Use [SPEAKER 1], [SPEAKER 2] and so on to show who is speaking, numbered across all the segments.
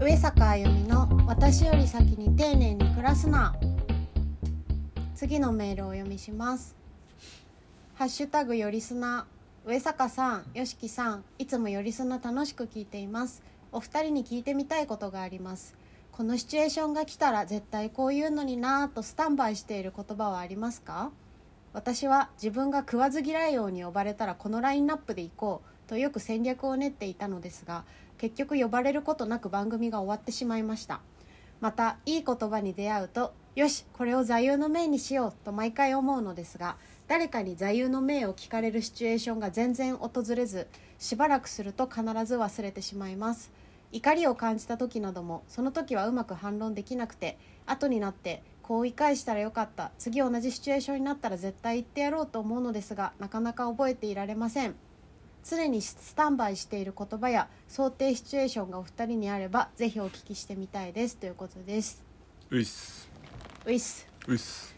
[SPEAKER 1] 上坂あゆみの「私より先に丁寧に暮らすな」次のメールをお読みしますハッシュタグよりすな上坂さん、よしきさん、いつもよりすな楽しく聞いていますお二人に聞いてみたいことがありますこのシチュエーションが来たら絶対こういうのになぁとスタンバイしている言葉はありますか私は自分が食わず嫌い王に呼ばれたらこのラインナップで行こうとよく戦略を練っていたのですが結局呼ばれることなく番組が終わってしまいましたまたいい言葉に出会うとよしこれを座右の銘にしようと毎回思うのですが誰かに座右の銘を聞かれるシチュエーションが全然訪れずしばらくすると必ず忘れてしまいます怒りを感じた時などもその時はうまく反論できなくて後になってこう言い返したらよかった次同じシチュエーションになったら絶対言ってやろうと思うのですがなかなか覚えていられません常にスタンバイしている言葉や想定シチュエーションがお二人にあればぜひお聞きしてみたいですということです
[SPEAKER 2] ういっす
[SPEAKER 1] ういっす
[SPEAKER 2] ういっす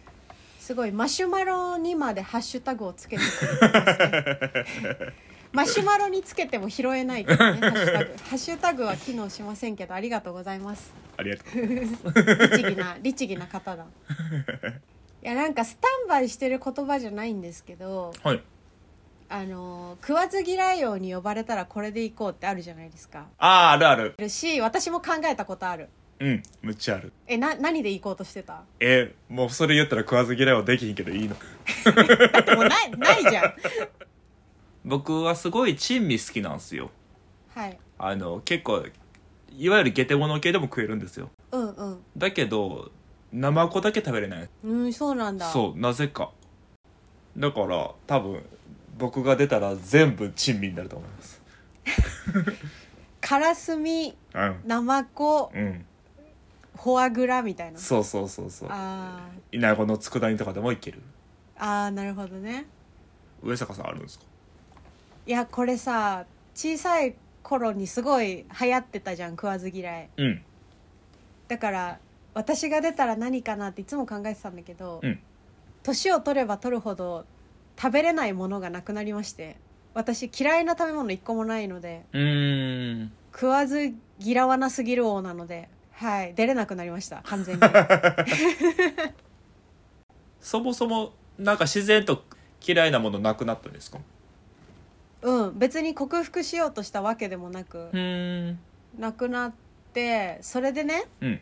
[SPEAKER 1] すごいマシュマロにまでハッシュタグをつけてくれてますねマシュマロにつけても拾えないけどねハッシュタグハッシュタグは機能しませんけどありがとうございます
[SPEAKER 2] ありがとう
[SPEAKER 1] 律儀な律儀な方だいやなんかスタンバイしてる言葉じゃないんですけど
[SPEAKER 2] はい
[SPEAKER 1] あの食わず嫌いように呼ばれたらこれで行こうってあるじゃないですか
[SPEAKER 2] あーあるある
[SPEAKER 1] あるし私も考えたことある
[SPEAKER 2] うんむっちゃある
[SPEAKER 1] えな何で行こうとしてた
[SPEAKER 2] えーもうそれ言ったら食わず嫌いはできひんけどいいの
[SPEAKER 1] だってもうないないじゃ ん
[SPEAKER 2] 僕はすごい珍味好きなんですよ
[SPEAKER 1] はい
[SPEAKER 2] あの結構いわゆるゲテモノ系でも食えるんですよ
[SPEAKER 1] うんうん
[SPEAKER 2] だけどナマコだけ食べれない
[SPEAKER 1] うんそうなんだ
[SPEAKER 2] そうなぜかだから多分僕が出たら全部珍味になると思います
[SPEAKER 1] カラスミ
[SPEAKER 2] うん
[SPEAKER 1] ナマコ
[SPEAKER 2] うん
[SPEAKER 1] フォアグラみたいな
[SPEAKER 2] そうそうそうそう
[SPEAKER 1] あ
[SPEAKER 2] イナゴの佃煮とかでもいける
[SPEAKER 1] ーあーなるほどね
[SPEAKER 2] 上坂さんあるんですか
[SPEAKER 1] いやこれさ小さい頃にすごい流行ってたじゃん食わず嫌い
[SPEAKER 2] うん
[SPEAKER 1] だから私が出たら何かなっていつも考えてたんだけど
[SPEAKER 2] うん
[SPEAKER 1] 年、を取れば取るほど食べれないものがなくなりまして私嫌いな食べ物一個もないので
[SPEAKER 2] うーん
[SPEAKER 1] 食わず嫌わなすぎる王なのではい出れなくなりました完全 に
[SPEAKER 2] そもそもなんか自然と嫌いなものなくなったんですか
[SPEAKER 1] うん別に克服しようとしたわけでもなく
[SPEAKER 2] ん
[SPEAKER 1] なくなってそれでね
[SPEAKER 2] うん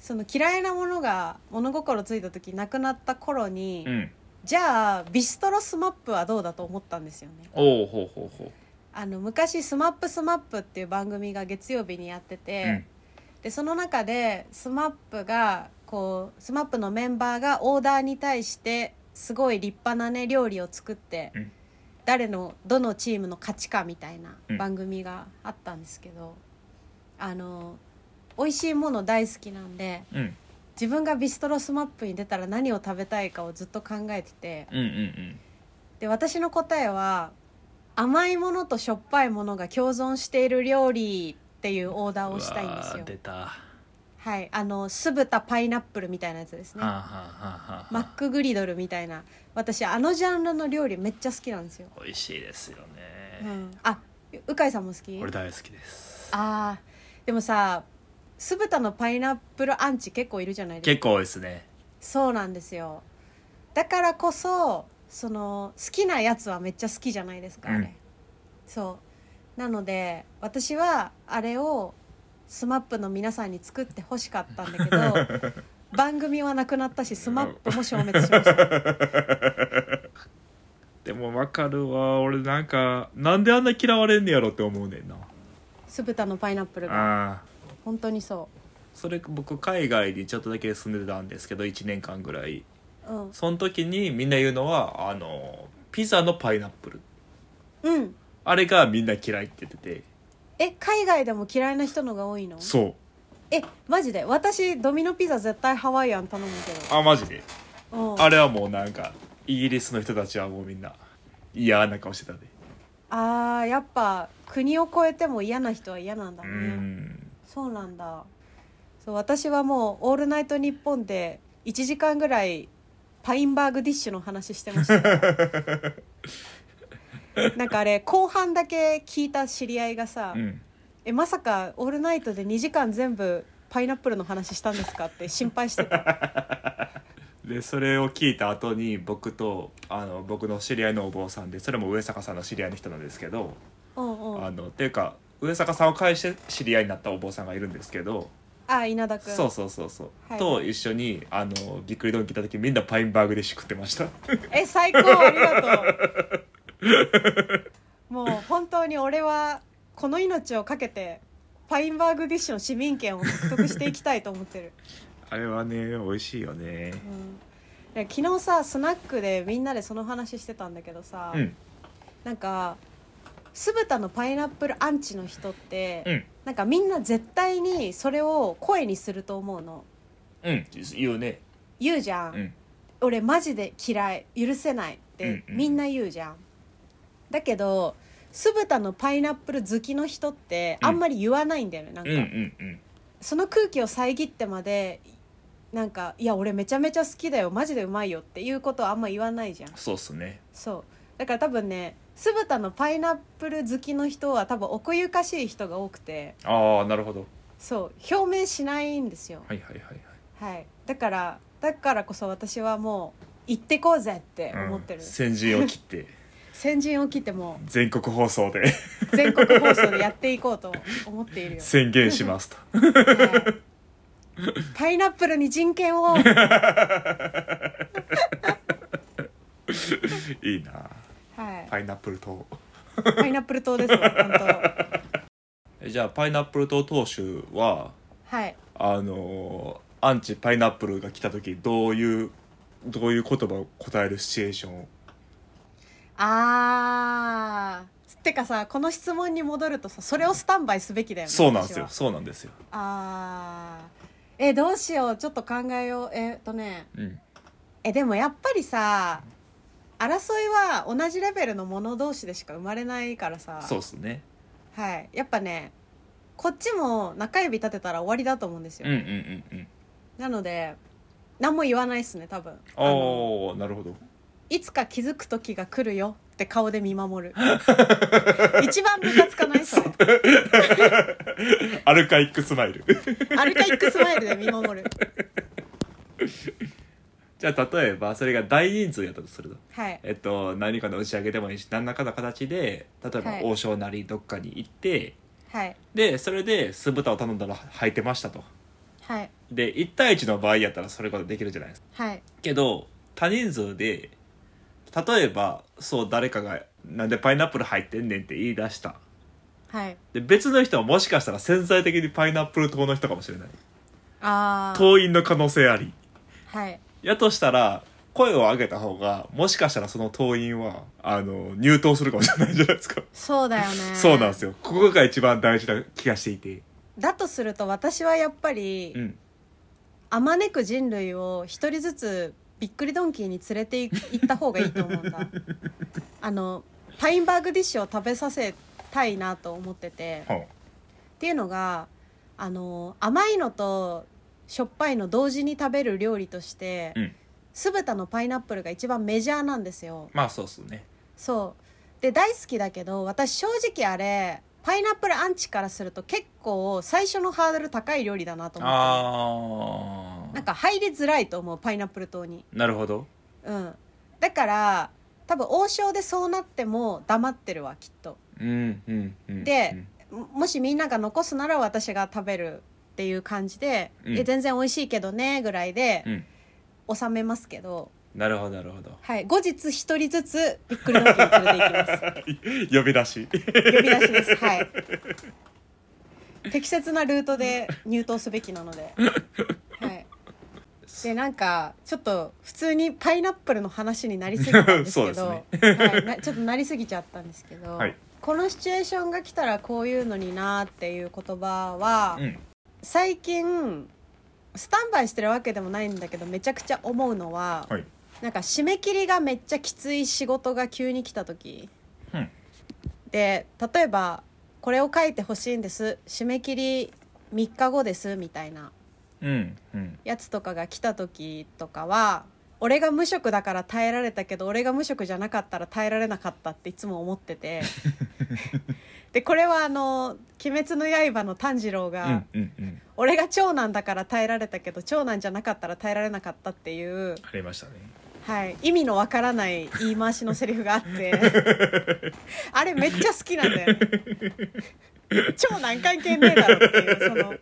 [SPEAKER 1] その嫌いなものが物心ついた時なくなった頃に、
[SPEAKER 2] うん
[SPEAKER 1] じゃあビストロスマップはどうだと思ったんですよね
[SPEAKER 2] おおほうほうほ
[SPEAKER 1] あの昔スマップスマップっていう番組が月曜日にやって
[SPEAKER 2] う、
[SPEAKER 1] て、でその中でスマップがこうスマップのメンバーがオーダーに対してすごい立派なね料理を作って、
[SPEAKER 2] うん
[SPEAKER 1] 誰のどのチームの勝ちかみたいな
[SPEAKER 2] うん
[SPEAKER 1] 番組があったんですけど、あの美味しいもの大好きなんで
[SPEAKER 2] うんうん
[SPEAKER 1] 自分がビストロスマップに出たら何を食べたいかをずっと考えてて
[SPEAKER 2] うんうん
[SPEAKER 1] で私の答えは甘いものとしょっぱいものが共存している料理っていうオーダーをしたいんですよ
[SPEAKER 2] 出たは
[SPEAKER 1] はいあの酢豚パイナップルみたいなやつです
[SPEAKER 2] あ
[SPEAKER 1] ね
[SPEAKER 2] はあはあ
[SPEAKER 1] マッ
[SPEAKER 2] は
[SPEAKER 1] クグリドルみたいな私あのジャンルの料理めっちゃ好きなんですよ、
[SPEAKER 2] あ美味しいですよ
[SPEAKER 1] う
[SPEAKER 2] ね、
[SPEAKER 1] ん、あうかいさんも好き
[SPEAKER 2] 俺大好きです
[SPEAKER 1] あーでもさ酢豚のパイナップルアンチ結構いるじゃないですか
[SPEAKER 2] 結構多いですね
[SPEAKER 1] そうなんですよだからこそその好きなやつはめっちゃ好きじゃないですか、あ
[SPEAKER 2] う
[SPEAKER 1] れ
[SPEAKER 2] ん
[SPEAKER 1] そうなので私はあれを SMAP の皆さんに作ってほしかったんだけど 番組はなくなったし SMAP も消滅しました
[SPEAKER 2] でもわかるわ俺なんかなんであんな嫌われんねやろって思うねんな
[SPEAKER 1] 酢豚のパイナップルが
[SPEAKER 2] ああ
[SPEAKER 1] 本当にそ
[SPEAKER 2] それ僕海外にちょっとだけ住んでたんですけど1年間ぐらいう
[SPEAKER 1] うん
[SPEAKER 2] その時にみんな言うのはあのピザのパイナップル
[SPEAKER 1] うん
[SPEAKER 2] あれがみんな嫌いって言ってて
[SPEAKER 1] え海外でも嫌いな人のが多いの
[SPEAKER 2] そう
[SPEAKER 1] えマジで私ドミノピザ絶対ハワイアン頼むけ
[SPEAKER 2] あマジで
[SPEAKER 1] どうん
[SPEAKER 2] あれはもうなんかイギリスの人たちはもうみんな嫌な顔してたね
[SPEAKER 1] あーやっぱ国を越えても嫌な人は嫌なんだ
[SPEAKER 2] う
[SPEAKER 1] ね、
[SPEAKER 2] ん
[SPEAKER 1] そうなんだそう私はもう「オールナイトニッポン」で1時間ぐらいパインバーグディッシュの話して ましたなんかあれ後半だけ聞いた知り合いがさ、
[SPEAKER 2] うん
[SPEAKER 1] えまさか「オールナイト」で2時間全部パイナップルの話したんですかって心配して た
[SPEAKER 2] でそれを聞いた後に僕とあの僕の知り合いのお坊さんでそれも上坂さんの知り合いの人なんですけど、
[SPEAKER 1] うんうん
[SPEAKER 2] あ
[SPEAKER 1] あ
[SPEAKER 2] のっていうか上坂さんを介して知り合いになったお坊さんがいるんですけど、
[SPEAKER 1] 稲田君
[SPEAKER 2] そうそうそうそう、
[SPEAKER 1] はい
[SPEAKER 2] と一緒にあのびっくりドンキー行った時みんなパインバーグでしくってました
[SPEAKER 1] え最高ありがとうもう本当に俺はこの命をかけてパインバーグディッシュの市民権を獲得していきたいと思ってる、
[SPEAKER 2] あれはね美味しいよね
[SPEAKER 1] うん、いや昨日さスナックでみんなでその話してたんだけどさ、
[SPEAKER 2] うん
[SPEAKER 1] なんか酢豚のパイナップルアンチの人って、
[SPEAKER 2] うん
[SPEAKER 1] なんかみんな絶対にそれを声にすると思うの
[SPEAKER 2] うん言うね
[SPEAKER 1] 言うじゃん、
[SPEAKER 2] うん
[SPEAKER 1] 俺マジで嫌い許せないっ
[SPEAKER 2] うん
[SPEAKER 1] て
[SPEAKER 2] うん
[SPEAKER 1] みんな言うじゃん、だけど酢豚のパイナップル好きの人って
[SPEAKER 2] うん
[SPEAKER 1] あんまり言わないんだよね、なんか、
[SPEAKER 2] うんうんうん
[SPEAKER 1] その空気を遮ってまでなんか「いや俺めちゃめちゃ好きだよマジでうまいよ」っていうことはあんま言わないじゃん
[SPEAKER 2] そうっすね
[SPEAKER 1] そうだから多分ね酢豚のパイナップル好きの人は多分奥ゆかしい人が多くて
[SPEAKER 2] ああなるほど
[SPEAKER 1] そう表明しないんですよ
[SPEAKER 2] はいはいはいはい
[SPEAKER 1] はいだからだからこそ私はもう行ってこうぜって思ってる、
[SPEAKER 2] うん先陣を切って
[SPEAKER 1] 先陣を切っても
[SPEAKER 2] 全国放送で
[SPEAKER 1] う全国放送でやっていこうと思って いるよ、
[SPEAKER 2] 宣言しますと
[SPEAKER 1] はいパイナップルに人 権をはい
[SPEAKER 2] いいなパイナップル糖
[SPEAKER 1] パイナップル党ですわ本
[SPEAKER 2] えじゃあパイナップル糖党首は
[SPEAKER 1] 当はい
[SPEAKER 2] あのーアンチパイナップルが来た時どういうどういう言葉を答えるシチュエーションを
[SPEAKER 1] あーてかさこの質問に戻るとさそれをスタンバイすべきだよね
[SPEAKER 2] そうなんですよ
[SPEAKER 1] 私は
[SPEAKER 2] そうなんですよ
[SPEAKER 1] あーえどうしようちょっと考えようえっとね
[SPEAKER 2] うん
[SPEAKER 1] えでもやっぱりさ争いは同じレベルの者同士でしか生まれないからさ
[SPEAKER 2] そうっすね
[SPEAKER 1] はいやっぱねこっちも中指立てたら終わりだと思うんです
[SPEAKER 2] うん
[SPEAKER 1] よ、
[SPEAKER 2] うんうんうん
[SPEAKER 1] なので何も言わないっすね多分あの
[SPEAKER 2] ああなるほど
[SPEAKER 1] いつか気づく時が来るよって顔で見守る 一番ムカつかないそれ
[SPEAKER 2] アルカイックスマイル
[SPEAKER 1] アルカイックスマイルで見守る
[SPEAKER 2] じゃあ例えばそれが大人数やったとすると
[SPEAKER 1] はい
[SPEAKER 2] えっと何かの打ち上げでもいいし何らかの形で例え
[SPEAKER 1] は
[SPEAKER 2] ば
[SPEAKER 1] い
[SPEAKER 2] 王将なりどっかに行って、
[SPEAKER 1] はい
[SPEAKER 2] でそれで酢豚を頼んだら履いてましたと
[SPEAKER 1] はい
[SPEAKER 2] で1対1の場合やったらそれことできるじゃないですか
[SPEAKER 1] はい
[SPEAKER 2] けど多人数で例えばそう誰かが「なんでパイナップル入ってんねん」って言い出した
[SPEAKER 1] はい
[SPEAKER 2] で別の人はもしかしたら潜在的にパイナップル党の人かもしれない
[SPEAKER 1] ああ
[SPEAKER 2] 党員の可能性あり
[SPEAKER 1] はい
[SPEAKER 2] やとしたら声を上げた方がもしかしたらその党員はあの入党するかもしれないじゃないですか、
[SPEAKER 1] そうだよね
[SPEAKER 2] そうなんですすよここが一番大事な気がしていて
[SPEAKER 1] だとすると私はやっぱり、
[SPEAKER 2] うん
[SPEAKER 1] あまねく人類を一人ずつびっくりドンキーに連れてい行った方がいいと思うん だあのパインバーグディッシュを食べさせたいなと思ってて
[SPEAKER 2] は
[SPEAKER 1] っていうのがあの甘いのとしょっぱいの同時に食べる料理として、
[SPEAKER 2] うん
[SPEAKER 1] 酢豚のパイナップルが一番メジャーなんですよ
[SPEAKER 2] まあそうっすね
[SPEAKER 1] そうで大好きだけど私正直あれパイナップルアンチからすると結構最初のハードル高い料理だなと思ってる
[SPEAKER 2] ああ
[SPEAKER 1] なんか入りづらいと思うパイナップル糖に
[SPEAKER 2] なるほど
[SPEAKER 1] うんだから多分王将でそうなっても黙ってるわきっと
[SPEAKER 2] うんうんうん
[SPEAKER 1] で
[SPEAKER 2] うん
[SPEAKER 1] ももしみんなが残すなら私が食べるっていう感じで、
[SPEAKER 2] うん
[SPEAKER 1] え全然美味しいけどねぐらいで
[SPEAKER 2] うん
[SPEAKER 1] 収めますけど、
[SPEAKER 2] なるほどなるほど
[SPEAKER 1] はい、後日一人ずつびっくりドンキーに連れて行きます
[SPEAKER 2] 呼び出し
[SPEAKER 1] 呼び出しですはい 適切なルートで入党すべきなのではいでなんかちょっと普通にパイナップルの話になりすぎたんですけど
[SPEAKER 2] そう
[SPEAKER 1] はい、なちょっとなりすぎちゃったんですけど、
[SPEAKER 2] はい
[SPEAKER 1] このシチュエーションが来たらこういうのになーっていう言葉は、
[SPEAKER 2] うん
[SPEAKER 1] 最近スタンバイしてるわけでもないんだけどめちゃくちゃ思うのは、
[SPEAKER 2] はい
[SPEAKER 1] なんか締め切りがめっちゃきつい仕事が急に来た時、
[SPEAKER 2] うん
[SPEAKER 1] で例えば「これを書いてほしいんです締め切り3日後です」みたいな
[SPEAKER 2] うんうん
[SPEAKER 1] やつとかが来た時とかは俺が無職だから耐えられたけど俺が無職じゃなかったら耐えられなかったっていつも思って てでこれはあの「鬼滅の刃」の炭治郎が、
[SPEAKER 2] うんうんうん
[SPEAKER 1] 俺が長男だから耐えられたけど長男じゃなかったら耐えられなかったっていう、
[SPEAKER 2] ありましたね
[SPEAKER 1] はい、意味のわからない言い回しのセリフがあって あれめっちゃ好きなんだよね長男関係ねえだろっていうその。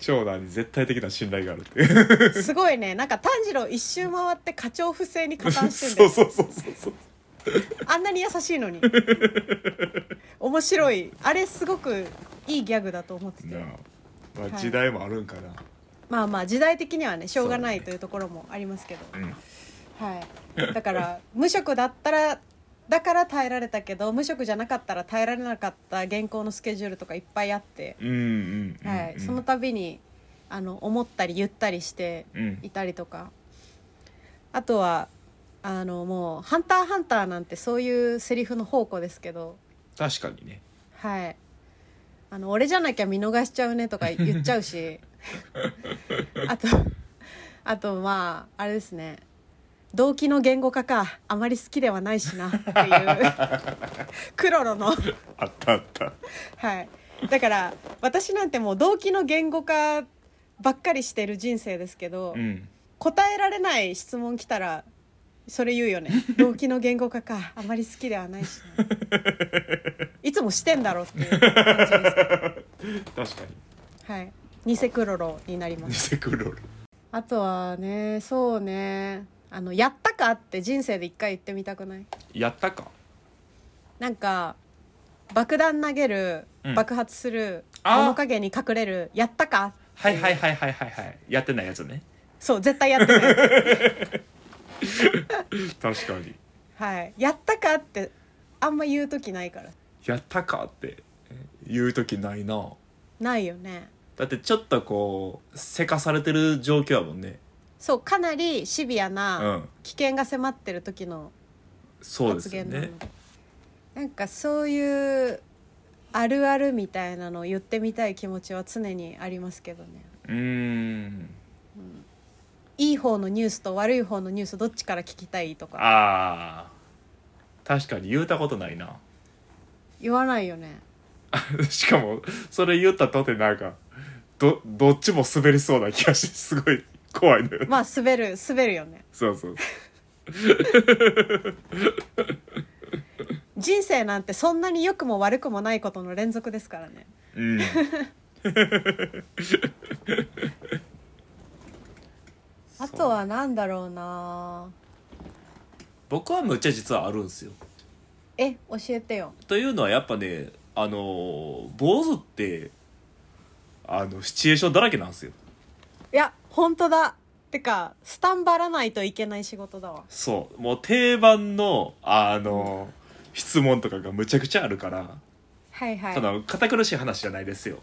[SPEAKER 2] 長男に絶対的な信頼があるっていう
[SPEAKER 1] すごいねなんか炭治郎一周回って課長不正に加担してんだ
[SPEAKER 2] そう
[SPEAKER 1] よ
[SPEAKER 2] そうそうそうそう
[SPEAKER 1] あんなに優しいのに面白いあれすごくいいギャグだと思ってて
[SPEAKER 2] なあ、ま
[SPEAKER 1] は
[SPEAKER 2] あ、
[SPEAKER 1] い
[SPEAKER 2] 時代もあるんかな、
[SPEAKER 1] まあまあ時代的にはねしょうがない
[SPEAKER 2] そうだね
[SPEAKER 1] というところもありますけど、
[SPEAKER 2] うん
[SPEAKER 1] はい、だから無職だったらだから耐えられたけど無職じゃなかったら耐えられなかった原稿のスケジュールとかいっぱいあって、
[SPEAKER 2] うんうんうん、
[SPEAKER 1] はい、その度にあの思ったり言ったりして
[SPEAKER 2] うん
[SPEAKER 1] いたりとかあとはあのもう「ハンターハンター」なんてそういうセリフの宝庫ですけど
[SPEAKER 2] 確かにね
[SPEAKER 1] はいあの「俺じゃなきゃ見逃しちゃうね」とか言っちゃう しあとあとまああれですね動機の言語化かあまり好きではないしなっていう クロロの
[SPEAKER 2] あったあった
[SPEAKER 1] はいだから私なんてもう動機の言語化ばっかりしてる人生ですけど、
[SPEAKER 2] うん
[SPEAKER 1] 答えられない質問来たらそれ言う よね動機の言語化かあまり好きではないしないつもしてんだろうっていう感じです
[SPEAKER 2] 確か
[SPEAKER 1] はい偽クロロになりま
[SPEAKER 2] に
[SPEAKER 1] す
[SPEAKER 2] 偽クロール
[SPEAKER 1] あとはねそうねあのやったかって人生で一回言ってみたくない
[SPEAKER 2] やったか
[SPEAKER 1] なんか爆弾投げる
[SPEAKER 2] うん
[SPEAKER 1] 爆発する、
[SPEAKER 2] あー
[SPEAKER 1] 物陰に隠れるやったか
[SPEAKER 2] はいはいはいはいはいはいやってないやつね
[SPEAKER 1] そう絶対やってない
[SPEAKER 2] 確かに
[SPEAKER 1] はいやったかってあんま言う時ないから
[SPEAKER 2] やったかって言う時ないな
[SPEAKER 1] ないよね
[SPEAKER 2] だってちょっとこうせかされてる状況やもんね
[SPEAKER 1] そうかなりシビア
[SPEAKER 2] う
[SPEAKER 1] なん危険が迫ってる時の
[SPEAKER 2] そうで
[SPEAKER 1] 発
[SPEAKER 2] すよ
[SPEAKER 1] 言なので,、
[SPEAKER 2] ね
[SPEAKER 1] なんかそういうあるあるみたいなのを言ってみたい気持ちは常にありますけどね
[SPEAKER 2] うーん
[SPEAKER 1] いい方のニュースと悪い方のニュースどっちから聞きたいとか
[SPEAKER 2] あー確かに言うたことない な
[SPEAKER 1] 言わないよね
[SPEAKER 2] しかもそれ言ったとてなんかどどっちも滑りそうな気がしてすごい怖いのよ
[SPEAKER 1] まあ滑る滑るよね
[SPEAKER 2] そうそう
[SPEAKER 1] 人生なんてそんなに良くも悪くもないことの連続ですからね
[SPEAKER 2] うん
[SPEAKER 1] あとはなんだろうな
[SPEAKER 2] 僕はむっちゃ実はあるんですよ
[SPEAKER 1] え教えてよ
[SPEAKER 2] というのはやっぱねあの坊主ってあのシチュエーションだらけなんですよ
[SPEAKER 1] いや本当だてかスタンバらないといけない仕事だわ
[SPEAKER 2] そうもう定番のあの、質問とかがむちゃくちゃあるから、
[SPEAKER 1] はいはい
[SPEAKER 2] その堅苦しい話じゃないですよ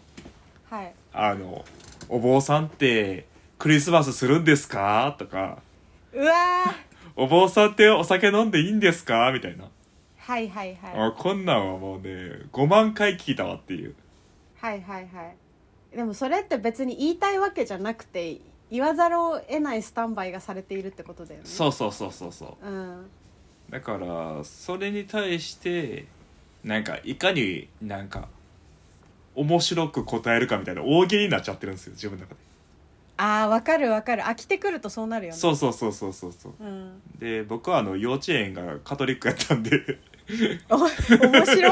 [SPEAKER 1] はい
[SPEAKER 2] あのお坊さんってクリスマスするんですかとか
[SPEAKER 1] うわー
[SPEAKER 2] お坊さんってお酒飲んでいいんですかみたいな、
[SPEAKER 1] はいはいはい
[SPEAKER 2] あこんなんはもうね5万回聞いたわっていう
[SPEAKER 1] はいはいはいでもそれって別に言いたいわけじゃなくて言わざるを得ないスタンバイがされているってことだよね
[SPEAKER 2] そうそうそうそうそう
[SPEAKER 1] う、ん、
[SPEAKER 2] だからそれに対してなんかいかになんか面白く答えるかみたいな大喜利になっちゃってるんですよ自分の中で、
[SPEAKER 1] あーわかるわかる飽きてくるとそうなるよね
[SPEAKER 2] そうそうそうそうそうそう
[SPEAKER 1] う、ん、
[SPEAKER 2] で僕はあの幼稚園がカトリックやったんで
[SPEAKER 1] お面 白い面白い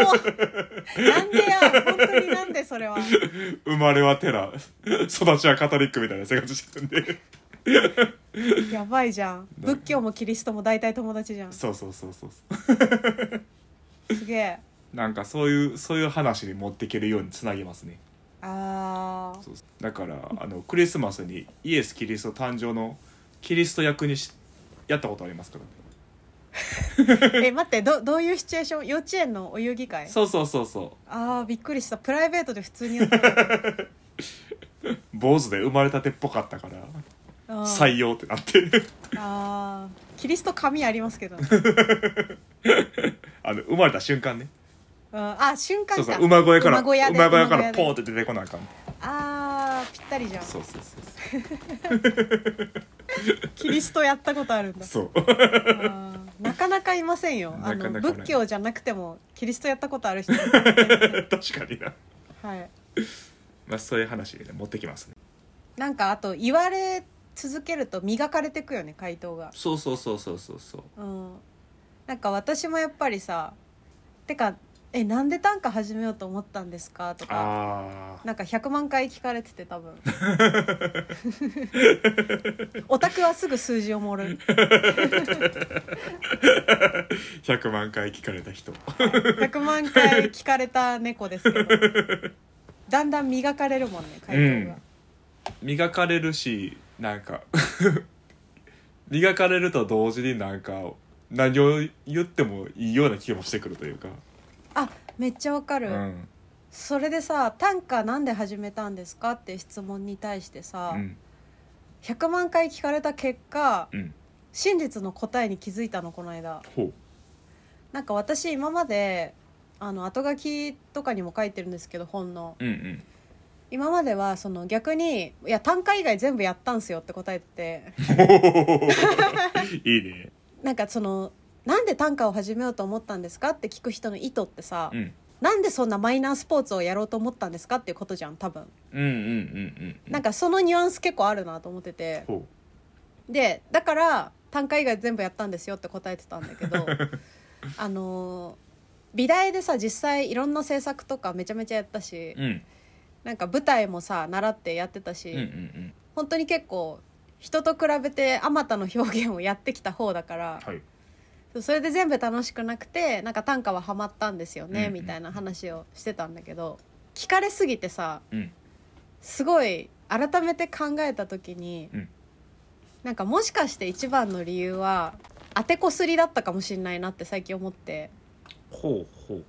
[SPEAKER 1] なんでや本当になんでそれは
[SPEAKER 2] 生まれはテラ育ちはカトリックみたいな生活してるんで
[SPEAKER 1] やばいじゃん仏教もキリストも大体友達じゃん
[SPEAKER 2] そうそうそうそうそ
[SPEAKER 1] すげえ
[SPEAKER 2] うなんかそういうそういう話に持っていけるようにつなげますね
[SPEAKER 1] あー
[SPEAKER 2] そうそうだからあのクリスマスにイエス・キリスト誕生のキリスト役にしやったことありますからね
[SPEAKER 1] え待ってどどういうシチュエーション幼稚園のお遊戯会
[SPEAKER 2] そうそうそうそう
[SPEAKER 1] あーびっくりしたプライベートで普通にや ってる
[SPEAKER 2] 坊主で生まれたてっぽかったから
[SPEAKER 1] あー
[SPEAKER 2] 採用ってなって
[SPEAKER 1] あーキリスト髪ありますけど、ね、
[SPEAKER 2] あの生まれた瞬間ね
[SPEAKER 1] うんあ瞬間
[SPEAKER 2] そ
[SPEAKER 1] か
[SPEAKER 2] うそう馬小屋から
[SPEAKER 1] 馬小屋で
[SPEAKER 2] 馬小屋か
[SPEAKER 1] 馬
[SPEAKER 2] ら
[SPEAKER 1] 小屋で
[SPEAKER 2] ポンって出てこなあかん
[SPEAKER 1] あゃぴったりじゃん
[SPEAKER 2] そうそうそう
[SPEAKER 1] キリストやったことあるんだ
[SPEAKER 2] そう
[SPEAKER 1] あーなかなかいませんよあの
[SPEAKER 2] なかなかない
[SPEAKER 1] 仏教じゃなくてもキリストやったことある 人
[SPEAKER 2] そう確かにな
[SPEAKER 1] はい
[SPEAKER 2] まあそういう話でね持ってきますね
[SPEAKER 1] なんかあと言われ続けると磨かれてくよね回答が
[SPEAKER 2] そうそうそうそうそうそう
[SPEAKER 1] うんなんか私もやっぱりさてか「えなんで短歌始めようと思ったんですか?」とか
[SPEAKER 2] ああ
[SPEAKER 1] なんか100万回聞かれてて多分オタクはすぐ数字を盛る
[SPEAKER 2] 100万回聞かれた人
[SPEAKER 1] 100万回聞かれた猫ですけどだんだん磨かれるもんね回答が、
[SPEAKER 2] 磨かれるしなんか 磨かれると同時になんか何を言ってもいいような気もしてくるというか、
[SPEAKER 1] あめっちゃわか
[SPEAKER 2] う
[SPEAKER 1] る、
[SPEAKER 2] ん
[SPEAKER 1] それでさ短歌なんで始めたんですかっていう質問に対してさ、
[SPEAKER 2] うん
[SPEAKER 1] 100万回聞かれた結果
[SPEAKER 2] うん、
[SPEAKER 1] 真実の答えに気づいたのこの間
[SPEAKER 2] ほ
[SPEAKER 1] なんか私今まであの後書きとかにも書いてるんですけど本の
[SPEAKER 2] う、うんうん、
[SPEAKER 1] 今まではその逆に「いや短歌以外全部やったんすよ」って答え てて
[SPEAKER 2] いいね、
[SPEAKER 1] なんかその「なんで短歌を始めようと思ったんですか?」って聞く人の意図ってさ、
[SPEAKER 2] うん、
[SPEAKER 1] なんでそんなマイナースポーツをやろうと思ったんですかっていうことじゃん多分、
[SPEAKER 2] うんうんうんうん
[SPEAKER 1] なんかそのニュアンス結構あるなと思ってて
[SPEAKER 2] ほ
[SPEAKER 1] でだから短歌以外全部やったんですよって答えてたんだけ どあのー美大でさ実際いろんな制作とかめちゃめちゃやったし、
[SPEAKER 2] ううん
[SPEAKER 1] なんか舞台もさ習ってやってたし、
[SPEAKER 2] うんうんうん
[SPEAKER 1] 本当に結構人と比べてあまたの表現をやってきた方だから、
[SPEAKER 2] はい
[SPEAKER 1] それで全部楽しくなくてなんか短歌はハマったんですよね、
[SPEAKER 2] うんうん
[SPEAKER 1] みたいな話をしてたんだけど聞かれすぎてさ
[SPEAKER 2] うん
[SPEAKER 1] すごい改めて考えた時に、
[SPEAKER 2] うん
[SPEAKER 1] なんかもしかして一番の理由は当てこすりだったかもしれないなって最近思って
[SPEAKER 2] ほうほう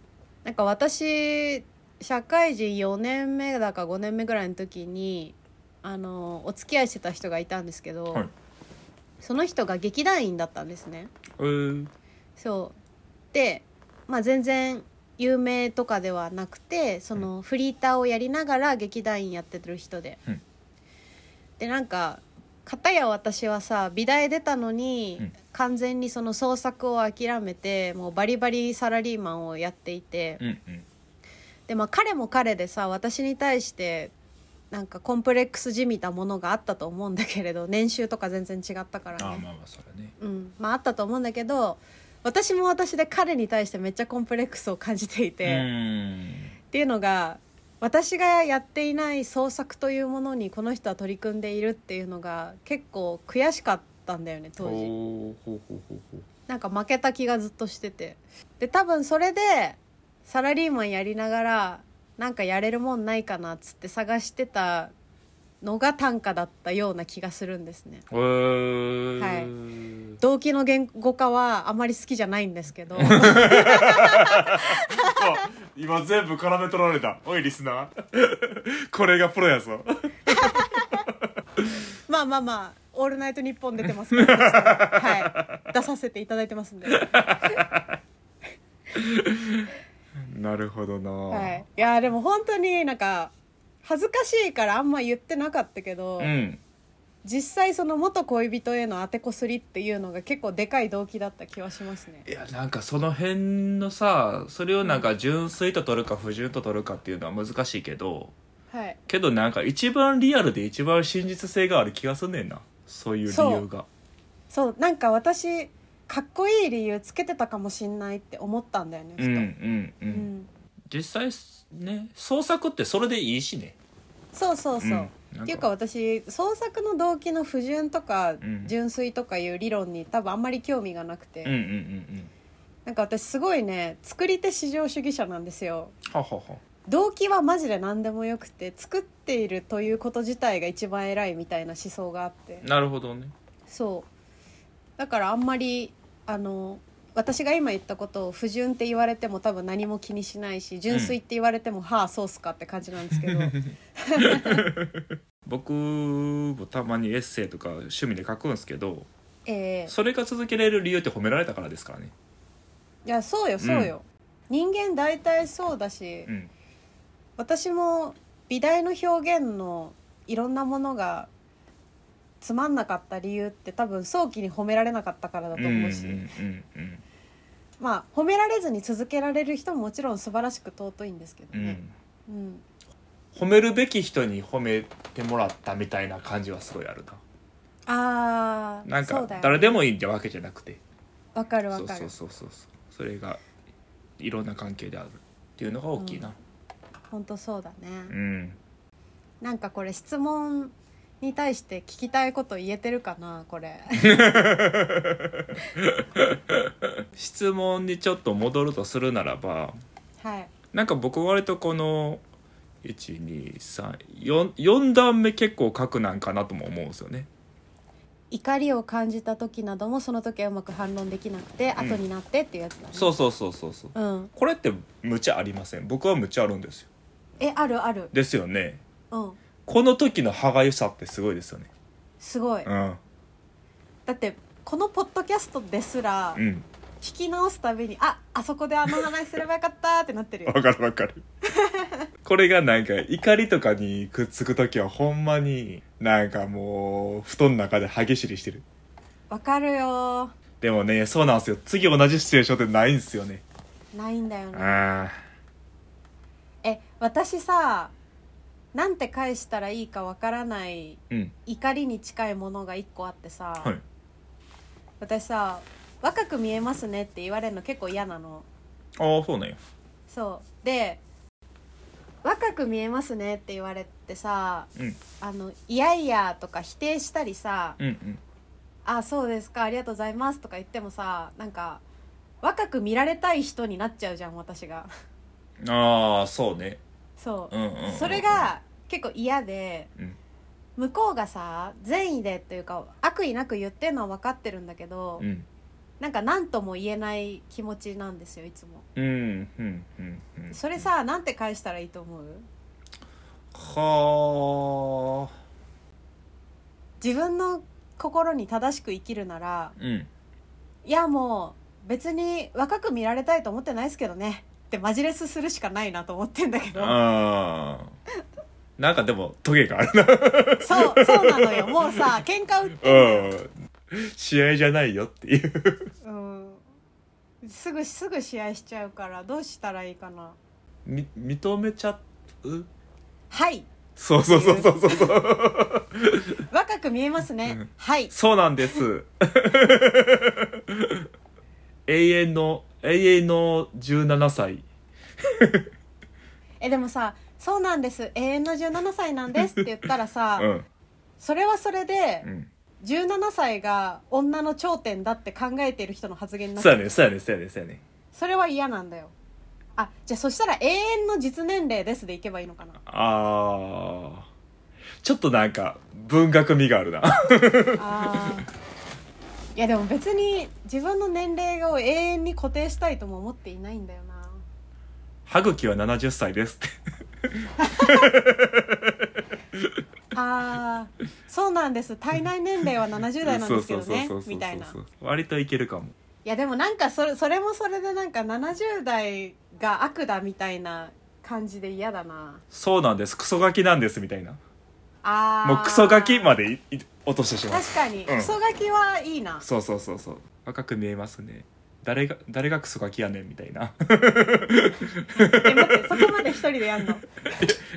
[SPEAKER 1] なんか私社会人4年目だか5年目ぐらいの時にあのお付き合いしてた人がいたんですけど、
[SPEAKER 2] はい
[SPEAKER 1] その人が劇団員だったんですね。
[SPEAKER 2] えー、
[SPEAKER 1] そうで、まあ、全然有名とかではなくてそのフリーターをやりながら劇団員やってる人で、
[SPEAKER 2] うん
[SPEAKER 1] でなんか片や私はさ美大出たのに、
[SPEAKER 2] うん
[SPEAKER 1] 完全にその創作を諦めてもうバリバリサラリーマンをやっていて、
[SPEAKER 2] うんうん
[SPEAKER 1] でまあ彼も彼でさ私に対してなんかコンプレックスじみたものがあったと思うんだけ れど年収とか全然違ったからね。
[SPEAKER 2] あーまあまあそれね
[SPEAKER 1] うん、まああったと思うんだけど私も私で彼に対してめっちゃコンプレックスを感じていて、
[SPEAKER 2] う
[SPEAKER 1] っ
[SPEAKER 2] ーん
[SPEAKER 1] ていうのが私がやっていない創作というものにこの人は取り組んでいるっていうのが結構悔しかったんだよね当時
[SPEAKER 2] ほうほうほうほうほう
[SPEAKER 1] なんか負けた気がずっとしててで多分それでサラリーマンやりながらなんかやれるもんないかなっつって探してたのが短歌だったような気がするんですね
[SPEAKER 2] えー、
[SPEAKER 1] はい
[SPEAKER 2] い
[SPEAKER 1] 動機の言語化はあまり好きじゃないんですけ ど
[SPEAKER 2] あ今全部絡め取られたおいリスナー これがプロやぞ
[SPEAKER 1] まあまあまあ「オールナイトニッポン」出てますから、はい、出させていただいてますんで、は
[SPEAKER 2] なるほどな、
[SPEAKER 1] い、いやーでも本当になんか恥ずかしいからあんま言ってなかったけど、
[SPEAKER 2] うん
[SPEAKER 1] 実際その元恋人への当てこすりっていうのが結構でかい動機だった気はしますね
[SPEAKER 2] いやなんかその辺のさそれをなんか純粋と取るか不純と取るかっていうのは難しいけど
[SPEAKER 1] はい
[SPEAKER 2] けどなんか一番リアルで一番真実性がある気がすんねんなそういう理由が
[SPEAKER 1] そうなんか私かっこいい理由つけてたかもしんないって思ったんだよね
[SPEAKER 2] うんうん
[SPEAKER 1] う
[SPEAKER 2] う、
[SPEAKER 1] んん、
[SPEAKER 2] 実際ね創作ってそれでいいしね
[SPEAKER 1] そうそうそう、
[SPEAKER 2] んなん
[SPEAKER 1] っていうか私創作の動機の不純とか
[SPEAKER 2] ん
[SPEAKER 1] 純粋とかいう理論に多分あんまり興味がなくて、
[SPEAKER 2] うんうんうんうん
[SPEAKER 1] なんか私すごいね作り手至上主義者なんですよ
[SPEAKER 2] ははは
[SPEAKER 1] 動機はマジで何でもよくて作っているということ自体が一番偉いみたいな思想があって
[SPEAKER 2] なるほどね
[SPEAKER 1] そうだからあんまりあの私が今言ったことを不純って言われても多分何も気にしないし純粋って言われても、はあそうっすかって感じなんですけど
[SPEAKER 2] 僕もたまにエッセイとか趣味で書くんですけど
[SPEAKER 1] ええ
[SPEAKER 2] それが続けられる理由って褒められたからですからね
[SPEAKER 1] いやそうよそうよ、人間大体そうだし、
[SPEAKER 2] うん
[SPEAKER 1] 私も美大の表現のいろんなものがつまんなかった理由って多分早期に褒められなかったからだと思うし、
[SPEAKER 2] うんうんうん
[SPEAKER 1] まあ褒められずに続けられる人ももちろん素晴らしく尊いんですけど
[SPEAKER 2] うんう
[SPEAKER 1] ね。
[SPEAKER 2] ん
[SPEAKER 1] うん、
[SPEAKER 2] 褒めるべき人に褒めてもらったみたいな感じはすごいある
[SPEAKER 1] あー
[SPEAKER 2] ななん
[SPEAKER 1] そ
[SPEAKER 2] か
[SPEAKER 1] うだよ
[SPEAKER 2] 誰でもいいってわけじゃなくて
[SPEAKER 1] わかるわ
[SPEAKER 2] そう
[SPEAKER 1] か
[SPEAKER 2] そ
[SPEAKER 1] る
[SPEAKER 2] うそうそうそれがいろんな関係であるっていうのが大きいな
[SPEAKER 1] 本当そうだね、
[SPEAKER 2] うん
[SPEAKER 1] なんかこれ質問に対して聞きたいこと言えてるかなこ れ
[SPEAKER 2] 質問にちょっと戻るとするならば
[SPEAKER 1] はい
[SPEAKER 2] なんか僕割とこの1234段目結構書くなんかなとも思うんですよね
[SPEAKER 1] 怒りを感じた時などもその時はうまく反論できなくて、
[SPEAKER 2] ん
[SPEAKER 1] 後になってっていうやつだね
[SPEAKER 2] そうそうそうそうそう
[SPEAKER 1] うん
[SPEAKER 2] これって無茶ありません僕は無茶あるんですよ
[SPEAKER 1] えあるある
[SPEAKER 2] ですよね
[SPEAKER 1] うん
[SPEAKER 2] この時の歯がゆさってすごいですよね
[SPEAKER 1] すごい、
[SPEAKER 2] うん
[SPEAKER 1] だってこのポッドキャストですら、
[SPEAKER 2] うん
[SPEAKER 1] 聞き直すたびにああそこであの話すればよかったってなってるよ
[SPEAKER 2] わかるわかるこれがなんか怒りとかにくっつく時はほんまになんかもう布団の中で歯ぎしりしてる
[SPEAKER 1] わかるよ
[SPEAKER 2] でもねそうなんですよ次同じシチュエーションってないんですよね
[SPEAKER 1] ないんだよね
[SPEAKER 2] ああ
[SPEAKER 1] え私さなんて返したらいいかわからない
[SPEAKER 2] うん
[SPEAKER 1] 怒りに近いものが一個あってさ、
[SPEAKER 2] はい
[SPEAKER 1] 私さ「若く見えますね」って言われるの結構嫌なの
[SPEAKER 2] ああそうなんや
[SPEAKER 1] そうで「若く見えますね」って言われてさ
[SPEAKER 2] うん
[SPEAKER 1] 「あのいやいや」とか否定したりさ
[SPEAKER 2] うんうん
[SPEAKER 1] 「あそうですかありがとうございます」とか言ってもさなんか若く見られたい人になっちゃうじゃん私が
[SPEAKER 2] ああそうね
[SPEAKER 1] そうう、
[SPEAKER 2] んうんうん、
[SPEAKER 1] それが結構嫌で
[SPEAKER 2] うん
[SPEAKER 1] 向こうがさ善意でというか悪意なく言ってるのは分かってるんだけど、
[SPEAKER 2] うん
[SPEAKER 1] なんか何とも言えない気持ちなんですよいつも
[SPEAKER 2] うんうんうんうん
[SPEAKER 1] それさなんて返したらいいと思う
[SPEAKER 2] はあ
[SPEAKER 1] 自分の心に正しく生きるなら
[SPEAKER 2] うん
[SPEAKER 1] いやもう別に若く見られたいと思ってないですけどねってマジレスするしかないなと思ってんだけど
[SPEAKER 2] ああなんかでもトゲがあるな
[SPEAKER 1] そうそうなのよもうさ喧嘩売ってんだよ
[SPEAKER 2] うん 試合じゃないよっていう
[SPEAKER 1] うんすぐすぐ試合しちゃうからどうしたらいいかな
[SPEAKER 2] み認めちゃう
[SPEAKER 1] はい
[SPEAKER 2] そうそうそうそうそうそう
[SPEAKER 1] 若く見えますね、
[SPEAKER 2] うん
[SPEAKER 1] はい
[SPEAKER 2] そうなんです 永遠の永遠の17歳
[SPEAKER 1] えでもさ「そうなんです永遠の17歳なんです」って言ったらさ、
[SPEAKER 2] うん
[SPEAKER 1] それはそれで
[SPEAKER 2] うん
[SPEAKER 1] 17歳が女の頂点だって考えてる人の発言になっち
[SPEAKER 2] そう
[SPEAKER 1] ゃ
[SPEAKER 2] やねそうやねそうやねそうやね
[SPEAKER 1] それは嫌なんだよあじゃあそしたら「永遠の実年齢です」でいけばいいのか な
[SPEAKER 2] あーちょっとなんか文学味があるな
[SPEAKER 1] あーいやでも別に自分の年齢を永遠に固定したいとも思っていないんだよな
[SPEAKER 2] 歯茎は70歳ですって
[SPEAKER 1] あ ーそうなんです体内年齢は70代なんですけどね
[SPEAKER 2] そうそうそうそうそう
[SPEAKER 1] みたいな
[SPEAKER 2] 割といけるかも
[SPEAKER 1] いやでもなんかそれそれもそれでなんか70代が悪だみたいな感じで嫌だな
[SPEAKER 2] そうなんですクソガキなんですみたいな
[SPEAKER 1] あー
[SPEAKER 2] もうクソガキまでいい落としてしまう
[SPEAKER 1] 確かに、
[SPEAKER 2] うん
[SPEAKER 1] クソガキはいいな
[SPEAKER 2] そうそうそうそう若く見えますね誰が誰がクソガキやねんみたいな
[SPEAKER 1] え待ってそこまで一人でやんの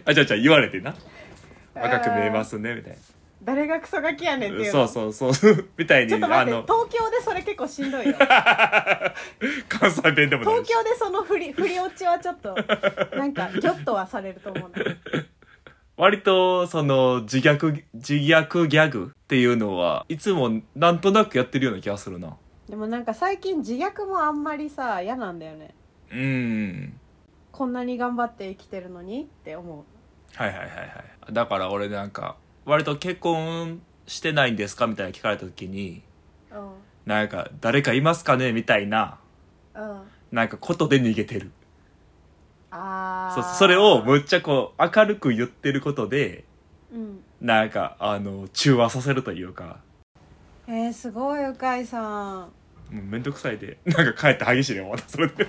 [SPEAKER 2] あじゃあじゃあ言われてな 若く見えますすねみたい
[SPEAKER 1] 誰がクソガキやねんってい
[SPEAKER 2] な
[SPEAKER 1] う
[SPEAKER 2] そ
[SPEAKER 1] の
[SPEAKER 2] うそうそう みたいに
[SPEAKER 1] ちょっと待っ
[SPEAKER 2] あ
[SPEAKER 1] て東京でそれ結構しんどい よ
[SPEAKER 2] 関西弁でもない
[SPEAKER 1] 東
[SPEAKER 2] し
[SPEAKER 1] 京でその振り振り落ちはちょっとなんかギョッとはされると思うな
[SPEAKER 2] 割とその自虐自虐ギャグっていうのはいつもなんとなくやってるような気がするな
[SPEAKER 1] でもなんか最近自虐もあんまりさ嫌なんだよね
[SPEAKER 2] うん
[SPEAKER 1] こんなに頑張って生きてるのにって思う
[SPEAKER 2] はいはいはいはいだから俺なんか割と結婚してないんですかみたいな聞かれた時に
[SPEAKER 1] うん
[SPEAKER 2] なんか誰かいますかねみたいな
[SPEAKER 1] うん
[SPEAKER 2] なんかことで逃げてる
[SPEAKER 1] あ
[SPEAKER 2] そ
[SPEAKER 1] ー
[SPEAKER 2] それをむっちゃこう明るく言ってることで
[SPEAKER 1] うん
[SPEAKER 2] なんかあの中和させるというか
[SPEAKER 1] えー、すごい鵜飼さん
[SPEAKER 2] もうめんどくさいでなんか帰って激しいねまたそれで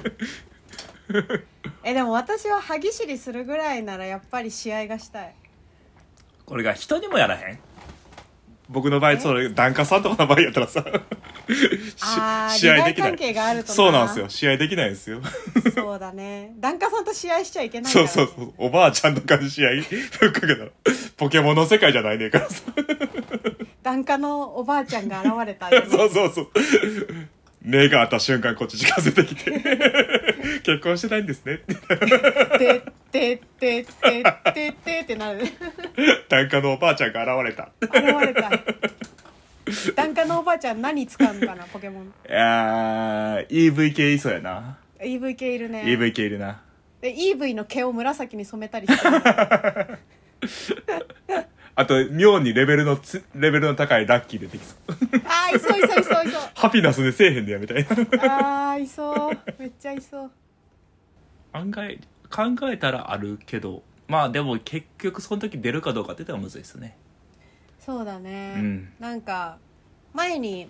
[SPEAKER 1] えでも私は歯ぎしりするぐらいならやっぱり試合がしたい
[SPEAKER 2] これが人にもやらへん僕の場合それ檀家さんとかの場合やったら さ
[SPEAKER 1] あー
[SPEAKER 2] し試合で
[SPEAKER 1] 利害
[SPEAKER 2] きな
[SPEAKER 1] 関
[SPEAKER 2] い
[SPEAKER 1] 係があると
[SPEAKER 2] そうなんですよ試合できないんですよ
[SPEAKER 1] そうだね檀家さんと試合しちゃいけないか
[SPEAKER 2] そ
[SPEAKER 1] ら
[SPEAKER 2] う
[SPEAKER 1] ね、
[SPEAKER 2] そうそうおばあちゃんとかに試合ぶっかけたらポケモンの世界じゃないねんからさ
[SPEAKER 1] 檀家のおばあちゃんが現れたよね
[SPEAKER 2] そうそうそう。目が合った瞬間こっち近づいて きて結婚してないんですねって
[SPEAKER 1] てってってってってってってなる現
[SPEAKER 2] 檀家のおばあちゃんが現れた
[SPEAKER 1] れた檀家のおばあちゃん何使うんかなポケモン
[SPEAKER 2] いやー EV 系いそうやな
[SPEAKER 1] EV 系いるね
[SPEAKER 2] EV 系いるな
[SPEAKER 1] で EV の毛を紫に染めたりしてる
[SPEAKER 2] あと妙にレベルのつレベルの高いラッキー出てきそう
[SPEAKER 1] あーいそういそういそういそう
[SPEAKER 2] ハピナスでせえへんでやみたいな
[SPEAKER 1] あーいそうめっちゃいそう
[SPEAKER 2] 案外考えたらあるけどまあでも結局その時出るかどうかって言ったらむずいですね
[SPEAKER 1] そうだね、
[SPEAKER 2] うん
[SPEAKER 1] なんか前に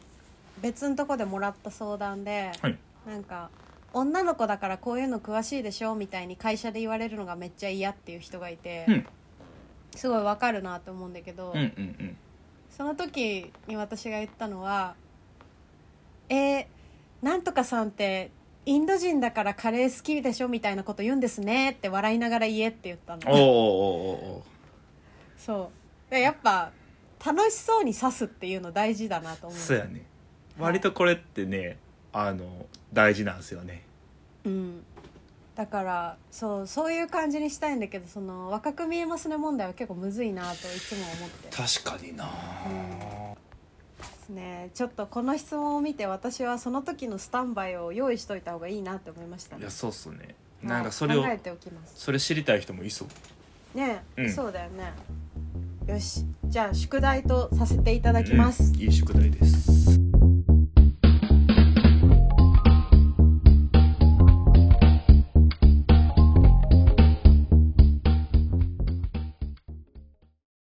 [SPEAKER 1] 別のとこでもらった相談で、
[SPEAKER 2] はい
[SPEAKER 1] なんか女の子だからこういうの詳しいでしょみたいに会社で言われるのがめっちゃ嫌っていう人がいて、
[SPEAKER 2] うん
[SPEAKER 1] すごいわかるなと思うんだけど、
[SPEAKER 2] うんうん
[SPEAKER 1] その時に私が言ったのは「えー、なんとかさんってインド人だからカレー好きでしょみたいなこと言うんですね」って笑いながら言えって言った
[SPEAKER 2] うんおーおー
[SPEAKER 1] の
[SPEAKER 2] おーお
[SPEAKER 1] そうでやっぱ楽しそうに刺すっていうの大事だなと
[SPEAKER 2] ー
[SPEAKER 1] 思う
[SPEAKER 2] そうやね割とこれってねあの大事なんですよね
[SPEAKER 1] うん、だからそうそういう感じにしたいんだけどその若く見えますね問題は結構むずいなといつも思ってで
[SPEAKER 2] 確かにな
[SPEAKER 1] すねちょっとこの質問を見て私はその時のスタンバイを用意しといた方がいいなって思いました
[SPEAKER 2] い
[SPEAKER 1] ね
[SPEAKER 2] やそうっすね
[SPEAKER 1] はい
[SPEAKER 2] なんかそれを
[SPEAKER 1] 考えておきます
[SPEAKER 2] それ知りたい人もいそう
[SPEAKER 1] ねえ、
[SPEAKER 2] うん
[SPEAKER 1] そうだよねよしじゃあ宿題とさせていただきます、
[SPEAKER 2] うんいい宿題です